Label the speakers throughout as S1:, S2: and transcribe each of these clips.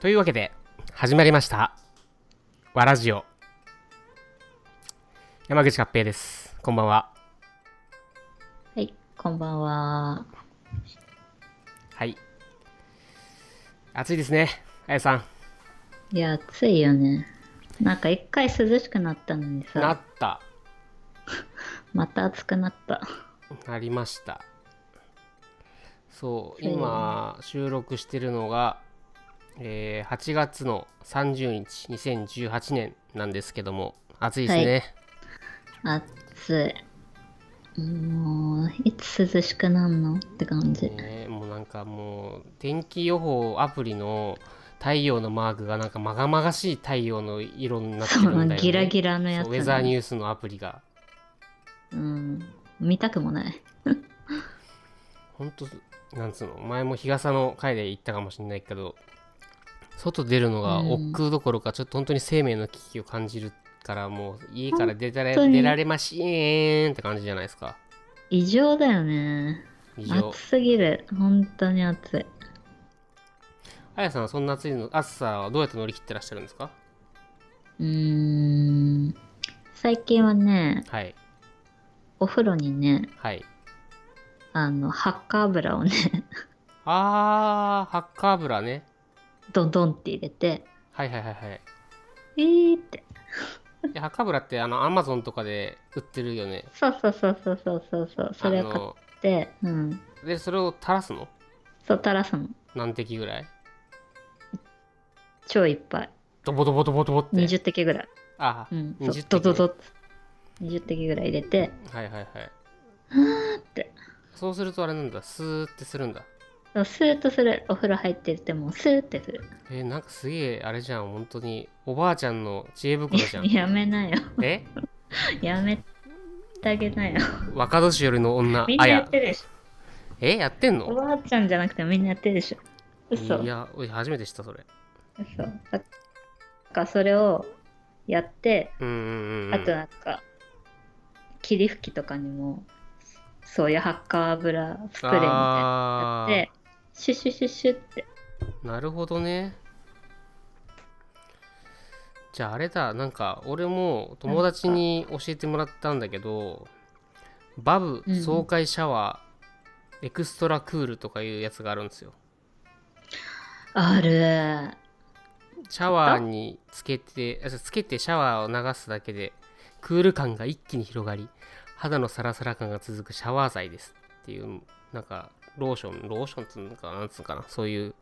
S1: というわけで始まりました「わラジオ」山口勝平ですこんばんは
S2: はい、こんばんは。
S1: はい暑いですねあやさん
S2: いや、暑いよね。なんか一回涼しくなったのに
S1: なっ
S2: さ、
S1: た
S2: また暑くなった。
S1: なりましたそう
S2: そう
S1: 今収録してるのが、えー8月の30日2018年なんですけども暑いですね、
S2: はい暑い。もう、いつ涼しくなるのって感じ。
S1: ねえもうなんかもう天気予報アプリの太陽のマークがなんかまがまがしい太陽の色になってる
S2: そ
S1: んだよ、
S2: の
S1: ね、
S2: ギラギラのやつ、
S1: そうウェザーニュースのアプリが
S2: うん。見たくもない。
S1: ほんとなんつうの前も日傘の回で言ったかもしれないけど外出るのが
S2: うん
S1: 億劫どころかちょっと本当に生命の危機を感じるからもう家から出たら
S2: 本当に
S1: 出られましーんって感じじゃないですか
S2: 異常だよね。
S1: 以上
S2: 暑すぎる。本当に暑い。
S1: あやさんはそんな暑いの暑さはどうやって乗り切ってらっしゃるんですか
S2: うーん。最近はね、
S1: はい
S2: お風呂にね、
S1: はい
S2: あの、ハッカ油をね、
S1: あーハッカー油ね
S2: ドンドンって入れて、
S1: はいはいはいはい。
S2: えーって。
S1: で、ハカブラってあのアマゾンとかで売ってるよね。
S2: そうそうそうそうそうそうそう。それを買っ
S1: あ
S2: て、うん。
S1: ので、それを垂らすの
S2: そう、垂らすの。
S1: 何滴ぐらい
S2: 超いっぱい。
S1: ドボドボドボドボって。
S2: 20滴ぐらい。
S1: ああ、
S2: うん。
S1: 20
S2: そう
S1: 滴
S2: ドドドッ。20滴ぐらい入れて、
S1: はいはいはい。
S2: はーって。
S1: そうするとあれなんだ、スーってするんだ。
S2: スーッとする。お風呂入ってても、スーッてする。
S1: えーなんかすげえあれじゃん、本当に。おばあちゃんの知恵袋じゃん。
S2: やめなよ。
S1: え
S2: やめてあげなよ。
S1: 若年寄りの女、
S2: みん
S1: あ
S2: なやっ
S1: や。
S2: てるでしょ。
S1: えやってん
S2: お
S1: の
S2: ばあちゃんじゃなくてみんなやってるでしょ。嘘。
S1: い
S2: 嘘。
S1: や、おい初めて知った、それ。
S2: だからそれをやって、
S1: うんうんうんうん。
S2: あとなんか、霧吹きとかにも、そういうハッカー油スプレーみたいなのや
S1: あ
S2: っ
S1: ー
S2: て、シュシュシュシュって。
S1: なるほどね。じゃああれだ、なんか俺も友達に教えてもらったんだけど、バブ
S2: うん
S1: 爽快シャワー、エクストラクールとかいうやつがあるんですよ。
S2: ある。
S1: シャワーにつけて、あじゃあつけてシャワーを流すだけで、クール感が一気に広がり、肌のサラサラ感が続くシャワー剤ですっていう、なんかローション、ローションっていうのかな、なんつうのかな、そういう、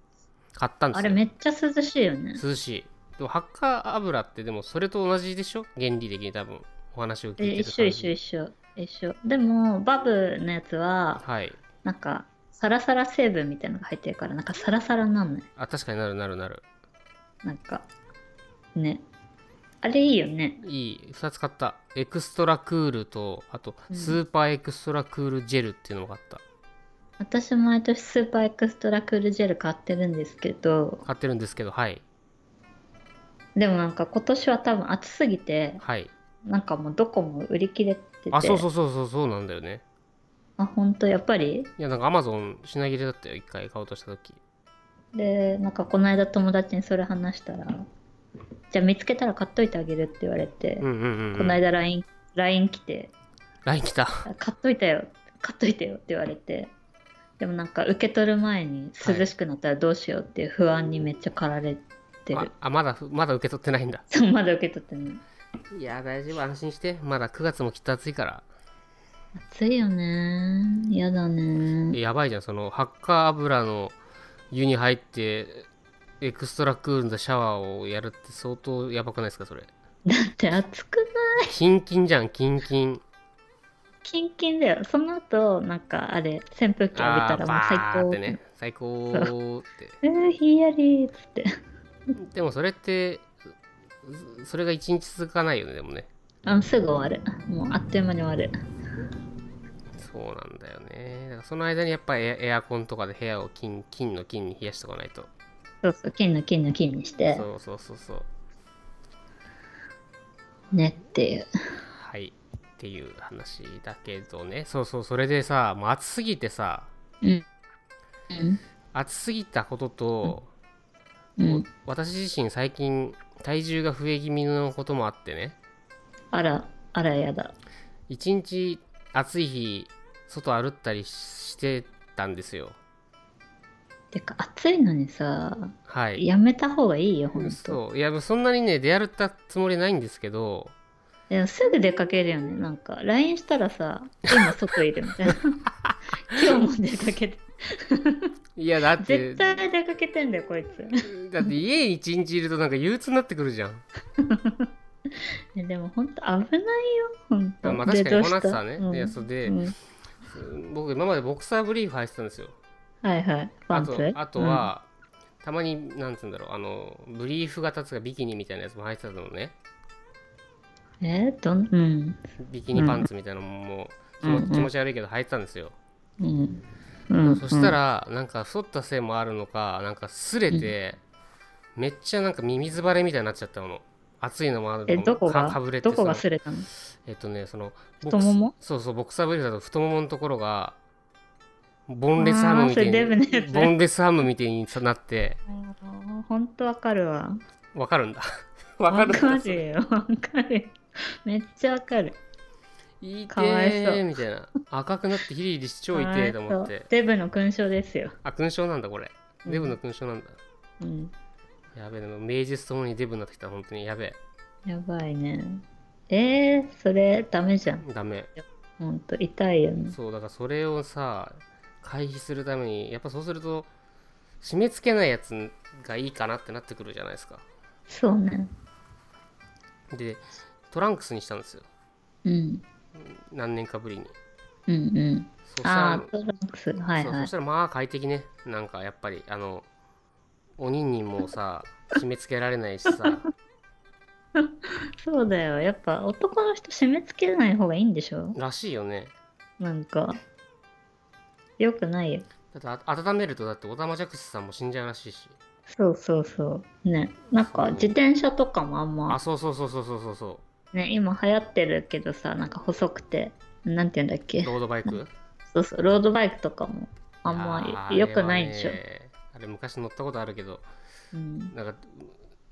S1: 買ったんです
S2: あ
S1: よ。
S2: れめっちゃ涼しいよね。
S1: 涼しいでもハッカー油ってでもそれと同じでしょ原理的に多分お話を聞いてる感
S2: え
S1: じ
S2: 一緒一緒一緒。一緒。でも、バブのやつは、
S1: はい
S2: なんか、サラサラ成分みたいなのが入ってるから、なんかサラサラなんね。
S1: あ確かになるなるなる
S2: なんか、ね。あれいいよね。
S1: いい2つ買ったエクストラクールとあと
S2: うん
S1: スーパーエクストラクールジェルっていうのも買った、
S2: 私毎年スーパーエクストラクールジェル買ってるんですけど、
S1: 買ってるんですけどはい
S2: でもなんか今年は多分暑すぎて、
S1: はい
S2: なんかもうどこも売り切れてて。
S1: あそうそうそうそうそうなんだよね
S2: あ、本当やっぱり
S1: いやなんかアマゾン品切れだったよ一回買おうとした時
S2: で、なんかこの間友達にそれ話したら、じゃあ見つけたら買っといてあげるって言われて、
S1: うんうんうん、う
S2: この
S1: ん、
S2: 間 LINE, LINE 来て、
S1: LINE 来た
S2: あ買っといたよ、買っといてよって言われて、でもなんか受け取る前に涼しくなったらどうしようっていう不安にめっちゃ駆られてる。
S1: ああまだまだ受け取ってないんだ
S2: そうまだ受け取ってない。
S1: いや大丈夫安心してまだ9月もきっと暑いから
S2: 暑いよね。嫌だね。
S1: やばいじゃんそのハッカー油の湯に入ってエクストラクールのシャワーをやるって相当やばくないですかそれ
S2: だって暑くない
S1: キンキンじゃんキンキ ン
S2: キンキンだよ。その後、なんかあれ、扇風機浴びたらも
S1: あー
S2: う最
S1: バー
S2: 高。
S1: ってね最高って
S2: うーひんやりーっつって。
S1: でもそれってそそれが一日続かないよねでもね
S2: あすぐ終わる。もうあっという間に終わる。
S1: そうなんだよねだからその間にやっぱエアエアコンとかで部屋をキンキンのキンに冷やしとかないと
S2: そうそう、金の金の金にして、
S1: そうそうそうそう
S2: ねっていう。
S1: はいっていう話だけどねそうそうそれでさもう暑すぎてさ
S2: うん。うん、
S1: 暑すぎたことと、
S2: うん。
S1: 私自身最近体重が増え気味のこともあってね
S2: あら、あらやだ。
S1: 一日暑い日外歩ったりしてたんですよ
S2: てか、暑いのにさ、
S1: はい
S2: やめた方がいいよ、ほんと。
S1: そういやそんなにね出歩ったつもりないんですけど
S2: でもすぐ出かけるよね。なんか、LINE したらさ、今外いるみたい な。今日も出かけて。
S1: いやだって
S2: 絶対出かけてんだよ、こいつ。
S1: だって家に一日いるとなんか憂鬱になってくるじゃん
S2: ねでも本当危ないよ、本当。
S1: まあ確かにこの暑さね、
S2: うん
S1: いやそうで、
S2: うん
S1: 僕今までボクサーブリーフ履いてたんですよ
S2: はいはい。パ
S1: あ
S2: ンツ
S1: とあと、は、たまになんつうんだろうあのブリーフ型つうかビキニみたいなやつも履いてたのね
S2: うんえー、どん、うん。
S1: ビキニパンツみたいなのももう、
S2: うん
S1: 気持ち気持ち悪いけど履いてたんですよ、
S2: うん。うん、
S1: そしたらなんか反ったせいもあるのかなんか擦れて、めっちゃなんか耳ずばれみたいになっちゃったの暑いのもある
S2: え
S1: の
S2: どこ
S1: か
S2: が
S1: かぶれて
S2: どこが
S1: その
S2: 擦れたの
S1: えっとねそのボ
S2: 太
S1: クス
S2: もも
S1: そうそうボクサーブリーフだと太もものところがボンレスハムみたい
S2: あーそれデブのや
S1: に
S2: つ
S1: ボンレスハムみたいになって
S2: 本当わかるわ。
S1: わかるんだわか
S2: わ
S1: るん
S2: か
S1: だ
S2: るよ。わかるよ。めっちゃわかる。
S1: いて
S2: かわいそう
S1: ーみたいな赤くなってヒリヒリしちょいてーと思っ
S2: あーそ
S1: て
S2: うデブの勲章ですよ。
S1: あ勲章なんだこれ
S2: うん
S1: デブの勲章なんだ、
S2: うん。
S1: やべえでも名実ともにデブになってきた本当にやべえ
S2: やばいね。えー、それダメじゃん。
S1: ダメ
S2: ほんと痛いよね。
S1: そうだからそれをさ回避するためにやっぱそうすると締め付けないやつがいいかなってなってくるじゃないですか
S2: そうね。
S1: でトランクスにしたんですよ
S2: うん。
S1: 何年かぶりに
S2: うんうん。
S1: そしたら
S2: あー、トランクス。はい
S1: そう
S2: は
S1: そ
S2: い
S1: し。たらまあ快適ねなんかやっぱりあの鬼にもさ締め付けられないしさ
S2: そうだよ。やっぱ男の人締め付けない方がいいんでしょ
S1: らしいよね
S2: なんか。よくないよ。
S1: だってあ温めるとだってオタマジャクシさんも死んじゃうらしいし
S2: そうそうそう。ね。なん
S1: そ
S2: か
S1: う
S2: 自転車とかもあん
S1: あ
S2: ま、
S1: そうそうそうそうそうそうそ
S2: ね、今流行ってるけどさ、なんか細くて、なんて言うんだっ
S1: う
S2: け。
S1: ロードバイク
S2: そうそう、ロードバイクとかもあんま
S1: いや
S2: 良くないでしょ
S1: あれは。ねあれ昔乗ったことあるけど
S2: うん、
S1: なんか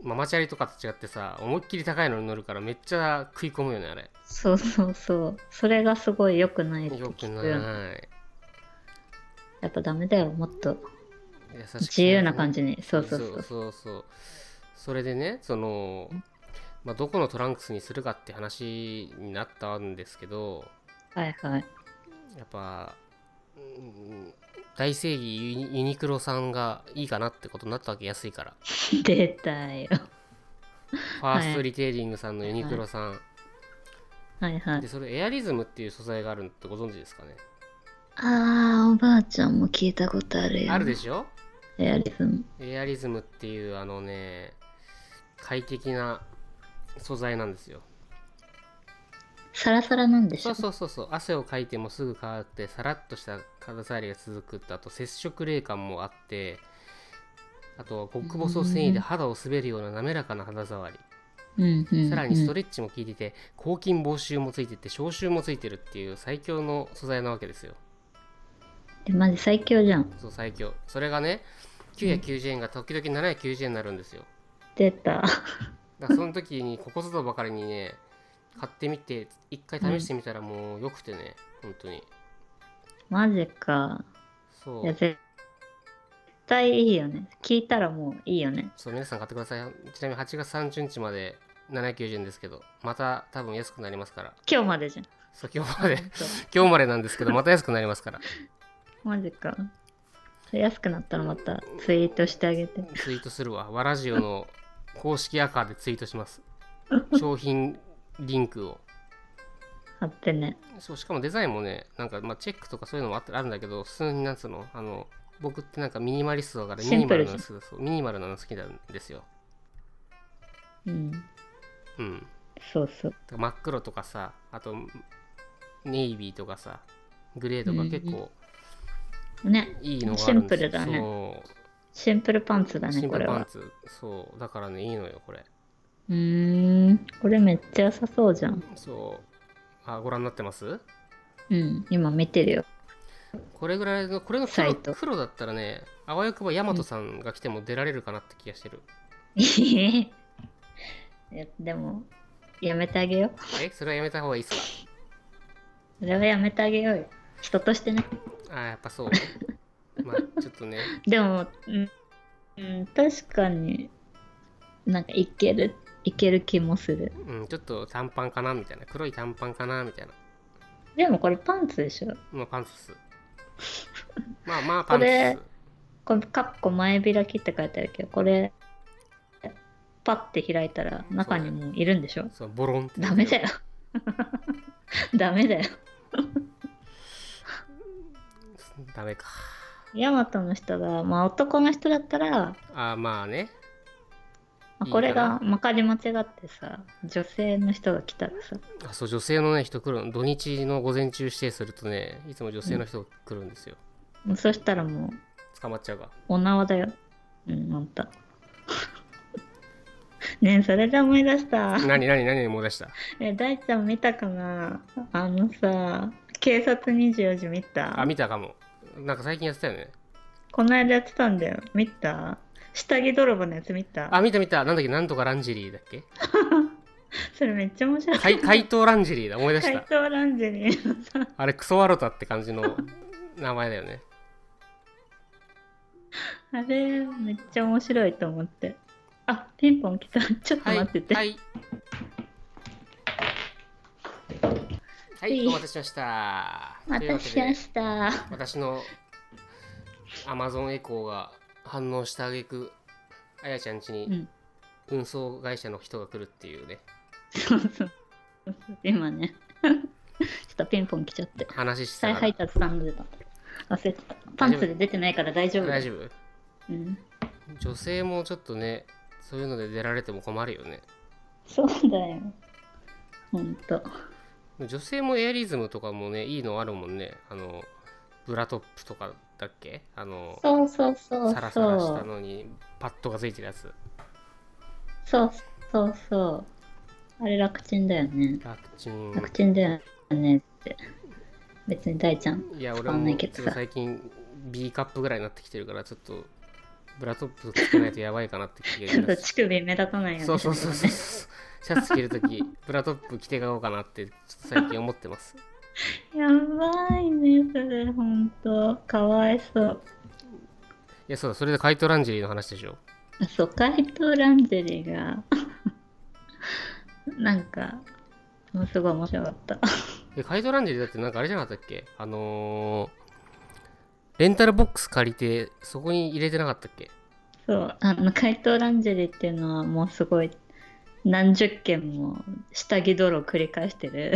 S1: ママチャリとかと違ってさ思いっきり高いのに乗るからめっちゃ食い込むよねあれ
S2: そうそうそう。それがすごい良くないって
S1: よ
S2: 聞
S1: く
S2: くよ
S1: ない
S2: ね。やっぱダメだよ。もっと
S1: 優しく
S2: 自由な感じに。そ
S1: そううそ
S2: そう
S1: う
S2: そう。
S1: そうそうそれでねその、まあ、どこのトランクスにするかって話になったんですけど
S2: はいはい。
S1: やっぱ、うん、大正義ユニユニクロさんがいいかなってことになったわけ安いから
S2: 出たよ。
S1: ファーストリテイリングさんのユニクロさん、
S2: はいはい
S1: で。それエアリズムっていう素材があるのってご存知ですかね、
S2: ああ、おばあちゃんも聞いたことあるよ。
S1: あるでしょ
S2: エアリズム。
S1: エアリズムっていうあのね快適な素材なんですよ
S2: サラサラなんでし
S1: そ
S2: ょ
S1: うそうそうそう汗をかいてもすぐ乾ってさらっとした肌触りが続くってあと接触霊感もあってあとは極細繊維で肌を滑るような滑らかな肌触り、
S2: うんうんうん
S1: さらにストレッチも効いてて抗菌防臭もついてて消臭もついてるっていう最強の素材なわけですよ
S2: えマジ最強じゃん。
S1: そう最強それがね990円が時々790円になるんですよ
S2: 出た。
S1: だからその時にここぞとばかりにね買ってみて一回試してみたらもう良くてね本当に
S2: マジか。
S1: そ
S2: いや、
S1: う
S2: 絶対いいよね。聞いたらもういいよね。
S1: そう皆さん買ってくださいちなみに8月30日まで790円ですけどまた多分安くなりますから
S2: 今日までじゃん。
S1: そう今日まで
S2: そう
S1: 今日までなんですけどまた安くなりますから
S2: マジか。それ安くなったらまたツイートしてあげて。
S1: ツイートするわわラジオの公式アカーでツイートし ます商品リンクを
S2: 貼ってね。
S1: そうしかもデザインもねなんかまあチェックとかそういうのもあったあるんだけど普通になんつうのあの僕ってなんかミニマリストだからミ
S2: シ
S1: ニ
S2: ンプ
S1: マル
S2: ル
S1: な
S2: じゃ
S1: の
S2: ん
S1: 好きそうミニマルなの好きなんですよ
S2: うん。
S1: うんだ
S2: そうそう。
S1: から真っ黒とかさあとネイビーとかさグレーとか結
S2: うん
S1: 構
S2: ね。
S1: いいのがあるんですよ、
S2: シンプルだね
S1: そ
S2: シンプルパンツだ
S1: う
S2: ね、
S1: シン
S2: こ
S1: プ
S2: れ
S1: ルパン
S2: は。
S1: ツそうだからねいいのよこれ
S2: うーん。これめっちゃ良さそうじゃん。
S1: そうあご覧になってます
S2: うん。今見てるよ。
S1: これぐらいのこれの
S2: サ
S1: 黒
S2: イト
S1: 黒だったらねあわよくば大和さんが来ても出られるかなって気がしてる、
S2: いやでも、やめてあげよう。
S1: えそれはやめた方がいいっすか
S2: それはやめてあげようよ。人としてね。
S1: あーやっぱ そうまあちょっとね
S2: でも、うん、うん、確かになんかいける、いける気もする。
S1: うんちょっと短パンかなみたいな黒い短パンかなみたいな
S2: でもこれパンツでしょ。
S1: まあパンツっすま あまあパンツっす
S2: ここれ、かっこ前開きって書いてあるけど、これ、パッて開いたら中にもういるんでしょ
S1: そうボロンって
S2: ダメだよ。ダメだよ。
S1: ダメか
S2: ヤマトの人が、まあ男の人だったら、
S1: あーまあねい
S2: まあ
S1: いかな
S2: これがまかり間違ってさ、女性の人が来たらさ、
S1: あそう女性のね人来るの土日の午前中指定するとねいつも女性の人来るんですよ、
S2: もうそしたらもう、
S1: 捕まっちゃうか
S2: お縄だよ。うん、あんた。 ねえ、それで思い出した。
S1: 何何何思い出した
S2: え、大ちゃん見たかなあのさ、警察24時見た
S1: あ見たかもなんか最近やってたよね
S2: この間やってたんだよ。見た下着泥棒のやつ見た
S1: あ見た見たなんだっけなんとかランジェリーだっけ
S2: それめっちゃ面白い。
S1: かい 怪盗ランジェリーだ思い出し
S2: 怪
S1: た
S2: 盗ランジェリー。
S1: あれクソワロタって感じ の名前だよね
S2: あれ、めっちゃ面白いと思って。あ、ピンポン来た。ちょっと
S1: はい
S2: 待ってて。
S1: はいはいお待たせしましたというわけ
S2: 私
S1: で
S2: 明日。
S1: 私の Amazon エコーが反応した挙句あやちゃん家
S2: う
S1: に
S2: ん。
S1: 運送会社の人が来るっていうね
S2: そうそう。今ね。 ちょっとピンポン来ちゃって。
S1: 話して
S2: 再
S1: たか
S2: 配
S1: ら
S2: 達頼んでた。忘れてた。パンツで出てないから大丈夫。
S1: 大丈夫
S2: うん。
S1: 女性もちょっとねそういうので出られても困るよね
S2: そうだよ。ほんと。
S1: 女性もエアリズムとかもねいいのあるもんねあのブラトップとかだっけあの
S2: そうそうそう
S1: サラサ
S2: そ
S1: ラした
S2: う。
S1: のにパッドがついてるやつ
S2: そうそうそう。あれ楽ちんだよね。
S1: 楽ちん
S2: 楽ちんだよねって。別に大ちゃん。
S1: いや
S2: 使
S1: 俺
S2: わな
S1: も
S2: いけ
S1: ちょっ
S2: ど
S1: と
S2: さ
S1: 最近 B カップぐらいになってきてるからちょっとブラトップつけないとやばいかなって気が
S2: ち
S1: し
S2: ょっと
S1: ます
S2: 乳首目立たないよね。
S1: そうそうそうそうそうシャツ着るときブラトップ着て買おうかなってちょっと最近思ってます
S2: やばいね、それ、ほんと。かわいそう。
S1: いやそうだそれでカイトランジェリーの話でしょ
S2: あそう、怪盗ランジェリーが、 なんか、もうすごい面白かった。
S1: えカイトランジェリーだってなんかあれじゃなかったっけあのー、レンタルボックス借りてそこに入れてなかったっけ
S2: そう、あの、怪盗ランジェリーっていうのはもうすごい、何十件も下着泥を繰り返してる、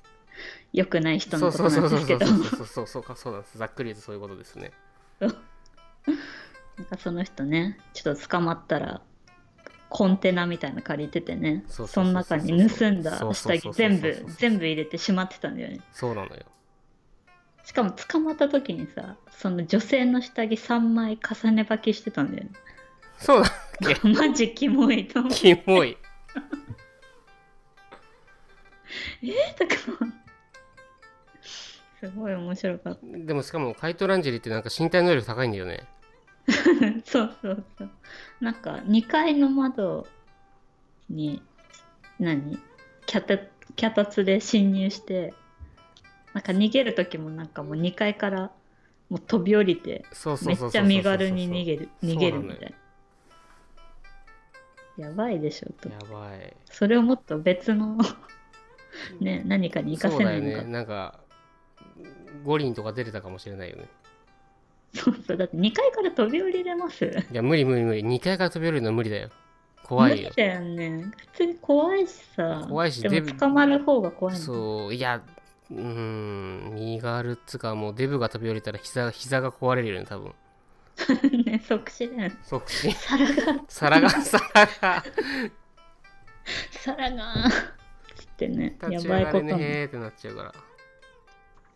S2: 良くない人
S1: そ
S2: の
S1: う
S2: こ
S1: そうそ
S2: と
S1: うん
S2: な
S1: そう
S2: です
S1: そう
S2: けど、
S1: そうそうそうそうそうなんですざっくり言うとそういうことですね
S2: なんかその人ね、ちょっと捕まったら、コンテナみたいなの借りててね、
S1: そうそ
S2: そ
S1: うそうそう
S2: の中に盗んだ
S1: そうそう
S2: 下
S1: そうそうそ
S2: 着
S1: う
S2: 全
S1: そう
S2: 部
S1: そうそう、
S2: 全部入れてしまってたんだよね。
S1: そうなのよ
S2: しかも捕まった時にさその女性の下着3枚重ね履きしてたんだよね
S1: そうだ
S2: マジキモいと思って
S1: キモい
S2: たからすごい面白かっ
S1: でもしかもカイトランジェリーってなんか身体能力高いんだよね。
S2: た そうそうそうなんか2階の窓に何脚立脚立で侵入してなんか逃げる時もなんかもう2階からもう飛び降りて
S1: そうそ
S2: め
S1: う
S2: っ
S1: そうそう
S2: ちゃ身軽に逃
S1: る。
S2: げる逃げるみ
S1: そう
S2: た
S1: ない
S2: なやばいでしょと
S1: やばい。
S2: それをもっと別のね何かに活か
S1: そう
S2: せ
S1: だ
S2: な
S1: よ
S2: いのか
S1: ね。なんか五輪とか出てたかもしれないよね。
S2: そう,、そうだって2階から飛び降りれます
S1: いや無理無理無理。2階から飛び降りるのは無理だよ。怖
S2: 無
S1: い
S2: 理
S1: よ。
S2: だよね普通に怖いしさ
S1: 怖いし
S2: で
S1: デ
S2: も
S1: ブ
S2: 捕まる方が怖いの
S1: そういやうーん身軽っつうかもうデブが飛び降りたら膝が膝が壊れるよね多分。
S2: ね即死だよね
S1: 即死。
S2: 皿が
S1: 皿が皿が
S2: 皿がつってねや
S1: 立ち
S2: ば
S1: 上
S2: い
S1: が
S2: こ
S1: れ
S2: と
S1: ね
S2: に
S1: ーってなっちゃうから。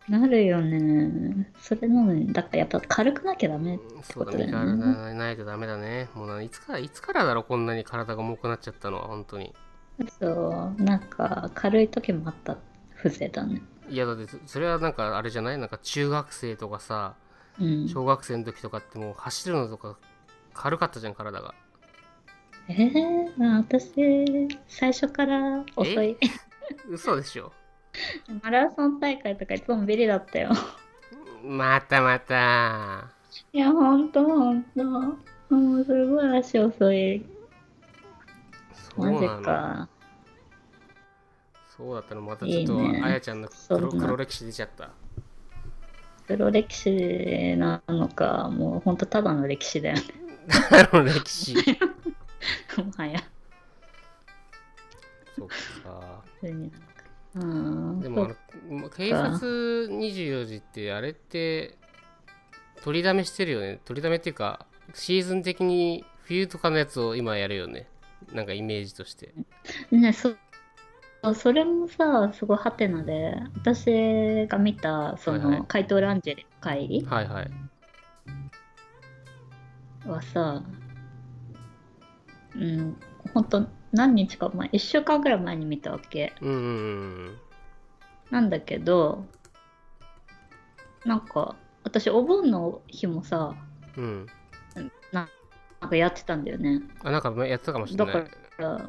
S2: なるよねそれなのにだからやっぱ軽くなきゃダメ
S1: そうだ
S2: ってことだよ
S1: ね。
S2: ね
S1: 体がないとダメだね。もうないつからいつからだろうこんなに体が重くなっちゃったのは本当に。
S2: そうなんか軽い時もあった風情だね
S1: いやだってそそれはなんかあれじゃないなんか中学生とかさ
S2: うん、
S1: 小学生の時とかってもう走るのとか軽かったじゃん体が
S2: えー、まあ私最初から遅い
S1: 嘘でしょ
S2: マラソン大会とかいつもビリだったよ
S1: またまた
S2: いやほんとほんともうすごい足遅い
S1: そう
S2: マジ
S1: なの
S2: か
S1: そうだったのまたちょっと
S2: いいね
S1: あやちゃんの黒
S2: そんな
S1: 黒歴史出ちゃった
S2: 黒歴史なのかもうほんとただの歴史だよね
S1: 黒歴史
S2: もはや
S1: そっか
S2: 普通になんか
S1: で
S2: うん
S1: も
S2: そ
S1: あ
S2: う
S1: の警察24時ってあれって取りだめしてるよね取りだめっていうかシーズン的に冬とかのやつを今やるよねなんかイメージとして
S2: ねそそれもさすごいハテナで私が見たそ
S1: はいは
S2: の
S1: い
S2: 怪盗ランジェリー帰り
S1: はいはい
S2: はさうんほんと何日か前1週間ぐらい前に見たわけ
S1: うんうんうん
S2: なんだけどなんか私お盆の日もさ
S1: うんうん
S2: なんかやってたんだよね
S1: あなんかやってたかもしれ
S2: だ
S1: な
S2: から
S1: い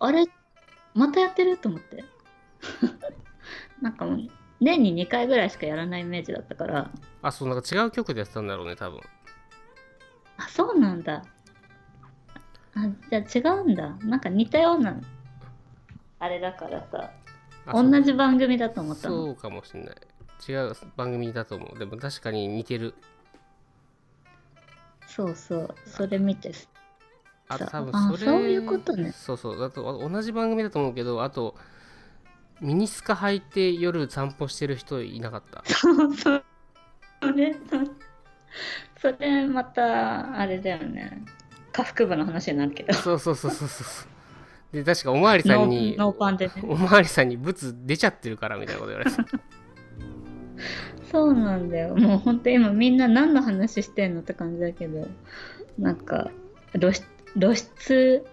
S2: あれまたやってると思って なんかもう年に2回ぐらいしかやらないイメージだったから
S1: あそうなんか違う曲でやってたんだろうね多分
S2: あそうなんだあじゃあ違うんだなんか似たようなあれだからさ
S1: あそう
S2: 同じ番組だと思った
S1: そ
S2: の
S1: うかもしれない違う番組だと思うでも確かに似てる
S2: そうそうそれ見てす
S1: あと
S2: そ
S1: 多
S2: う
S1: 分
S2: あ
S1: それ
S2: そういうことね
S1: そうそうだとあ同じ番組だと思うけどあとミニスカ履いて夜散歩してる人いなか った
S2: そうそうそれそれまたあれだよね下腹部の話になるけど
S1: そうそうそうそうそうそうで確かおまわりさんに
S2: ノーノーパンでね
S1: おまわりさんにブツ出ちゃってるからみたいなこと言われてた
S2: そうなんだよもうほんと今みんな何の話してんのって感じだけどなんか露出露出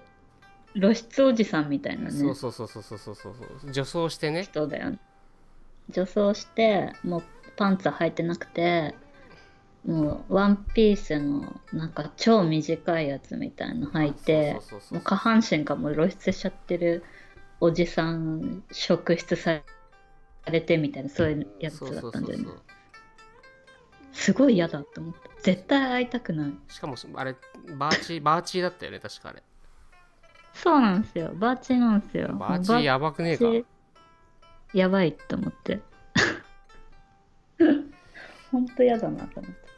S2: 露出おじさんみたいなね
S1: そうそうそうそうそうそうそう女装してね
S2: 人だよね女装してもうパンツは履いてなくてもうワンピースのなんか超短いやつみたいの履いて
S1: そうそうそ
S2: も
S1: う
S2: う
S1: そ
S2: 下
S1: う
S2: 半身がもう露出しちゃってるおじさん職質されてみたいなそういうやつ
S1: そう
S2: だ
S1: そうそ
S2: った
S1: うん
S2: だよね
S1: そう
S2: すごい嫌だと思った絶対会いたくない
S1: しかもあれバーチーバーチーだったよね確かあれ
S2: そうなんですよバーチなんですよ
S1: バーチーやばくねえか
S2: やばいと思って ほんと嫌だなと思って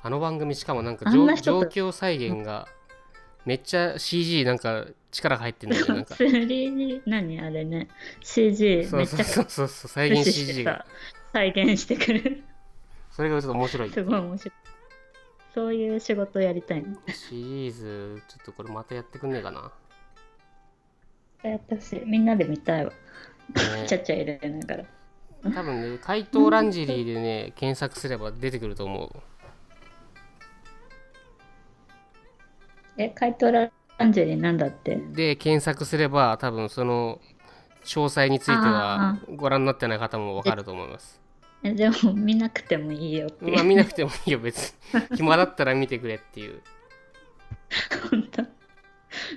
S1: あの番組しかもなんか
S2: あん
S1: 状
S2: な人
S1: 状
S2: と
S1: 況再現がめっちゃ CG なんか力入ってんだよねなんか
S2: 3D 何あれね CG
S1: そ
S2: め
S1: う
S2: っ
S1: そう
S2: ちゃ
S1: そうそう そう再
S2: 駆
S1: 現
S2: 使して
S1: CG
S2: さ
S1: が
S2: 再現してくれる
S1: それがちょっと面白い
S2: すごい面白いそういう仕事やりたいの
S1: シリーズちょっとこれまたやってくんねえかな、
S2: やってほしいみんなで見たいわ、
S1: ね
S2: ちゃっちゃ入れながら
S1: 多分ね怪盗ランジェリーでね検索すれば出てくると思う
S2: え怪盗ランジェリーなんだって
S1: で検索すれば多分その詳細について
S2: あ
S1: はご覧になってない方もわかると思います
S2: えでも見なくてもいいよっていう
S1: まあ見なくてもいいよ別に 暇だったら見てくれっていう
S2: 本当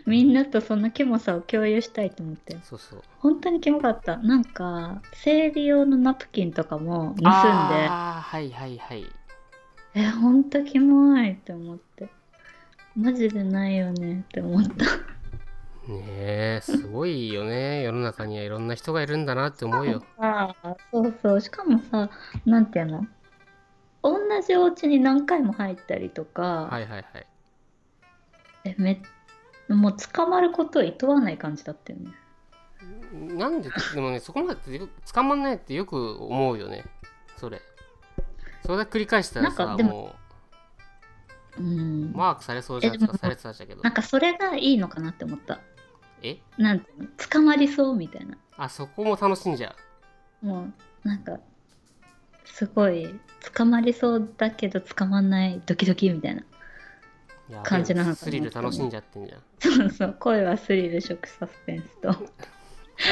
S2: みんなとそのキモさを共有したいと思って
S1: そうそう
S2: 本当にキモかったなんか生理用のナプキンとかも盗んで
S1: ああはいはいはい
S2: え本当キモいって思ってマジでないよねって思った
S1: ねえすごいよね世の中にはいろんな人がいるんだなって思うよ
S2: ああそうそうしかもさなんていうの同じお家に何回も入ったりとか、
S1: はいはいはい
S2: えめもう捕まることを厭わない感じだったよね
S1: なんででもねそこまでってよく捕まんないってよく思うよねそれそれだけ繰り返したら
S2: なん
S1: さ
S2: かでも
S1: も
S2: うん
S1: うマークされそうじゃないですかされてたじゃけど
S2: なんかそれがいいのかなって思った
S1: え
S2: なんていうの捕まりそうみたいな
S1: あそこも楽しんじゃ
S2: もうなんかすごい捕まりそうだけど捕まんないドキドキみたいな
S1: うやべえ
S2: 感じなのかな
S1: スリル楽しんじゃってんじゃん
S2: そうそう恋はスリル食サスペンスと
S1: コ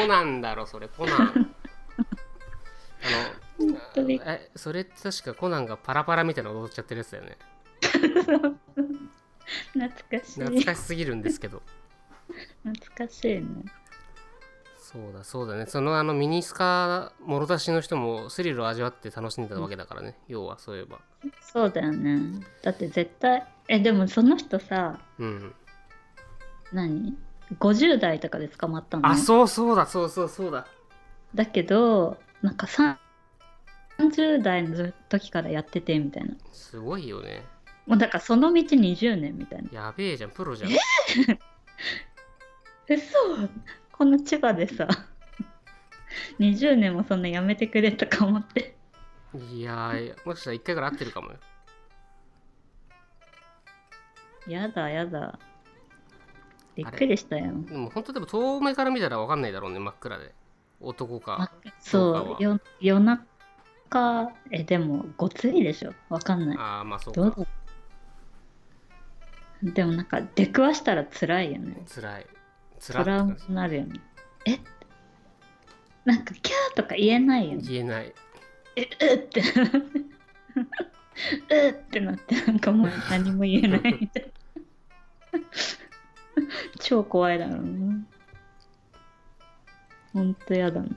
S1: ナンだろそれコナンあの
S2: 本当に
S1: えそれって確かコナンがパラパラみたいなの踊っちゃってるやつだよね
S2: 懐かしい
S1: 懐
S2: 懐
S1: かしすぎるんですけど
S2: かしいね
S1: そうだそうだねそのあのミニスカもろ出しの人もスリルを味わって楽しんでたわけだからね、要はそういえば
S2: そうだよねだって絶対えでもその人さ
S1: うん
S2: 何50代とかで捕まったの
S1: あそうそうだそうそうそうだ
S2: だけどなんかさ30代の時からやっててみたいな
S1: すごいよね
S2: もうだからその道20年みたいな
S1: やべえじゃんプロじゃん
S2: えそうこの千葉でさ20年もそんなやめてくれとか思って
S1: いやーもしかしたら1回ぐらい合ってるかもよ
S2: やだやだびっくりしたよ
S1: でも本当でも遠目から見たら分かんないだろうね真っ暗で男かそう
S2: そ
S1: か
S2: うよ夜中えでもごついでしょわかんない
S1: ああまあそう
S2: どう
S1: か
S2: だでもなんか出くわしたら辛いよね
S1: 辛い辛
S2: ト
S1: い
S2: ラウマになるよねえなんかキャーとか言えないよね
S1: 言えない
S2: えうってうってなってなんかもう何も言えないみたいな超怖いだろうなほんとやだな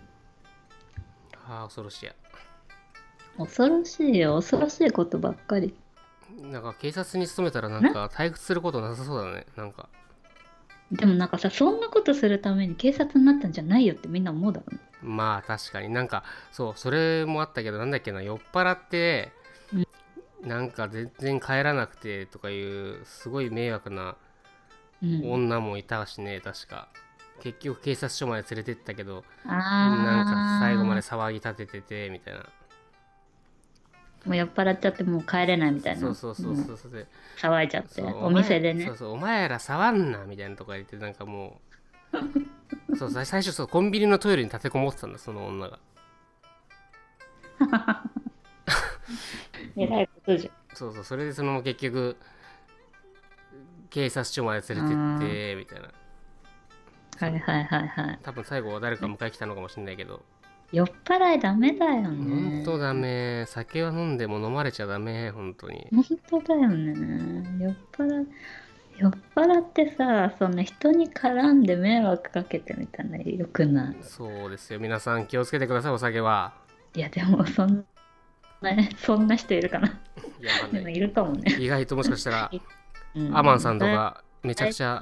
S1: ああ恐ろしいや
S2: 恐ろしいよ恐ろしいことばっかり
S1: なんか警察に勤めたらなんか退屈することなさそうだねなんか
S2: でもなんかさそんなことするために警察になったんじゃないよってみんな思うだろうね
S1: まあ確かになんかそうそれもあったけどなんだっけな酔っ払ってなんか全然帰らなくてとかいうすごい迷惑な
S2: うん、
S1: 女もいたしね確か結局警察署まで連れてったけど
S2: あー
S1: なんか最後まで騒ぎ立てててみたいな
S2: もう酔っ払っちゃってもう帰れないみたいな
S1: そうそうそう
S2: も
S1: そうそうで
S2: 騒いじゃって
S1: そう
S2: お店でね
S1: お前そうそうお前ら触んなみたいなとか言ってなんかもうそうさ最初そうコンビニのトイレに立てこもってたんだその女が
S2: 偉いことじ
S1: そうそうそれでその結局警察署まで連れてってみたいな
S2: ゃんはいはいはいはい
S1: 多分最後は誰か迎え来たのかもしれないけど
S2: 酔っ払いダメだよ
S1: ほ
S2: ね
S1: んとダメ酒は飲んでも飲まれちゃダメ本当に
S2: 本当だよね酔っ払酔っ払ってさそんな人に絡んで迷惑かけてみたいなよくない
S1: そうですよ皆さん気をつけてくださいお酒はい
S2: やでもそんな、ね、そんな人いるかない
S1: やわかん
S2: で
S1: な
S2: も
S1: い
S2: いるかもね、
S1: 意外ともしかしたら
S2: う
S1: アマンさんとかめちゃくちゃ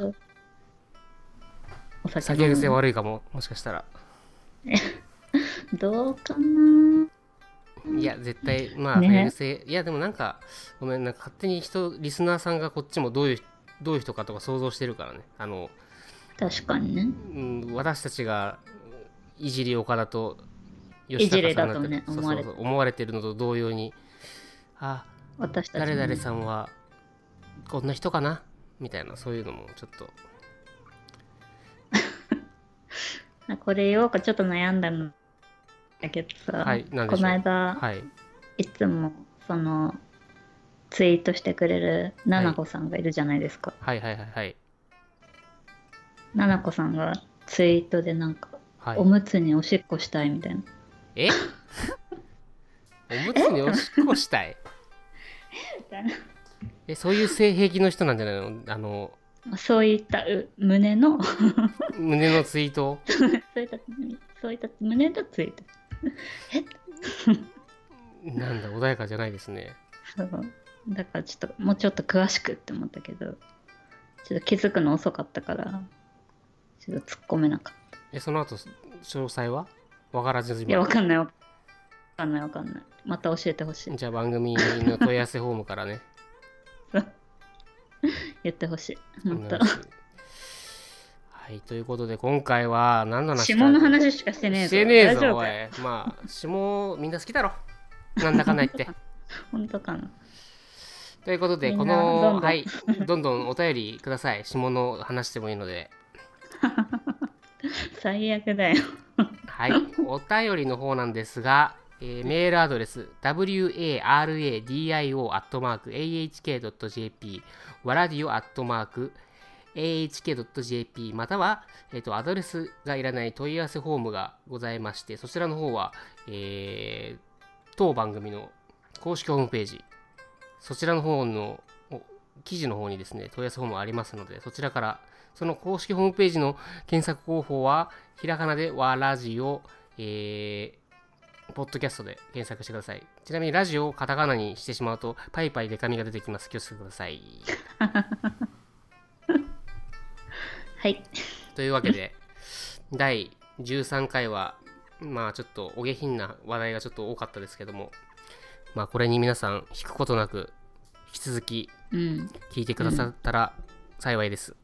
S2: お酒
S1: 酒
S2: 飲む
S1: 癖悪いかももしかしたら
S2: どうかない
S1: や絶対まあ
S2: ね
S1: 流行り性いやでもなんかごめんなんか勝手に人リスナーさんがこっちもどういうどういう人かとか想像してるからねあの、
S2: 確かにね
S1: うん、私たちがいじり岡田と
S2: いじりだとね
S1: 吉高さん
S2: 思わ
S1: な
S2: れ
S1: そうそ
S2: て
S1: うそう思われてるのと同様にあ
S2: 私たち
S1: 誰
S2: も
S1: 々さんはこんな人かなみたいなそういうのもちょっと
S2: あこれ言おうかちょっと悩んだんだけどさ、
S1: はい何で
S2: こ
S1: しょ
S2: の
S1: う
S2: 間、
S1: はい
S2: い、つもそのツイートしてくれるななこさんがいるじゃないですか、
S1: はいはいはいはい
S2: ななこさんがツイートでなんか、
S1: はい
S2: おむつにおしっこしたいみたいな
S1: えおむつにおしっこした いえそういう性癖の人なんじゃないのあの
S2: そういったう胸の
S1: 胸のツイート
S2: そういったそういった胸のツイート
S1: なんだ穏やかじゃないですね
S2: そうだからちょっともうちょっと詳しくって思ったけどちょっと気づくの遅かったからちょっと突っ込めなかった
S1: えその後詳細は分からず
S2: いや、わ
S1: 今
S2: かんないわかんないわかんない。また教えてほしい。
S1: じゃあ番組の問い合わせフォームからね
S2: 言ってほしい。
S1: お 願
S2: 本
S1: い
S2: 当
S1: し。ますはいということで今回は何の話か
S2: 下の話しかしてねえぞ。
S1: してねえ
S2: 大丈
S1: ぞ
S2: 夫
S1: お
S2: か
S1: いまあ下みんな好きだろなんだかんだ言って
S2: 本当かな。
S1: ということで、
S2: み
S1: こ
S2: んなどんど
S1: の、
S2: ん
S1: はい、どんどんお便りください。下の話でもいいので。
S2: 最悪だよ。
S1: はい、お便りの方なんですが、えーメールアドレス、waradio.ahk.jp、わら d i o ahk.jp または、えっとアドレスがいらない問い合わせフォームがございましてそちらの方は、えー当番組の公式ホームページそちらの方のお記事の方にですね問い合わせフォームがありますのでそちらからその公式ホームページの検索方法はひらがなでわラジオ、えーポッドキャストで検索してください。ちなみにラジオをカタカナにしてしまうと、パイパイデカミが出てきます。気をつけてください。
S2: はい。
S1: というわけで 第13回はまあちょっとお下品な話題がちょっと多かったですけどもまあこれに皆さん引くことなく引き続き
S2: うん。
S1: 聞いてくださったら幸いです、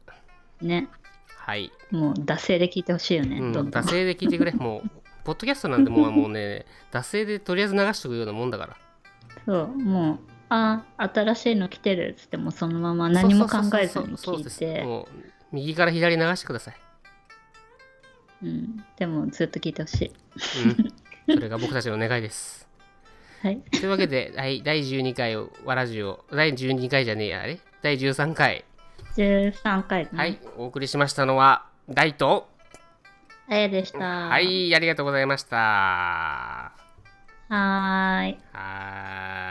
S2: ね。
S1: はい、
S2: もう、惰性で聞いてほしいよね。
S1: うん、
S2: どんどん
S1: 惰。性で聞いてくれもうポッドキャストなんてもうもうね惰性でとりあえず流しとくようなもんだから
S2: そう。もう、あ、新しいの来てるっつっても、そのまま何も考えず
S1: そうそうそ
S2: に
S1: うそうそう
S2: 聞
S1: です
S2: いて、
S1: もう右から左流してください、
S2: うん。でも、ずっと聞いてほしい。
S1: うん、それが僕たちのお願いです
S2: はい。
S1: というわけで、はい、第12回をわらじを、第12回じゃねえや、あれ第13回、
S2: 13回、ね。
S1: はい。、お送りしましたのは、大と、
S2: あやでした。
S1: は。い、ありがとうございました。は
S2: はーい。
S1: ーい。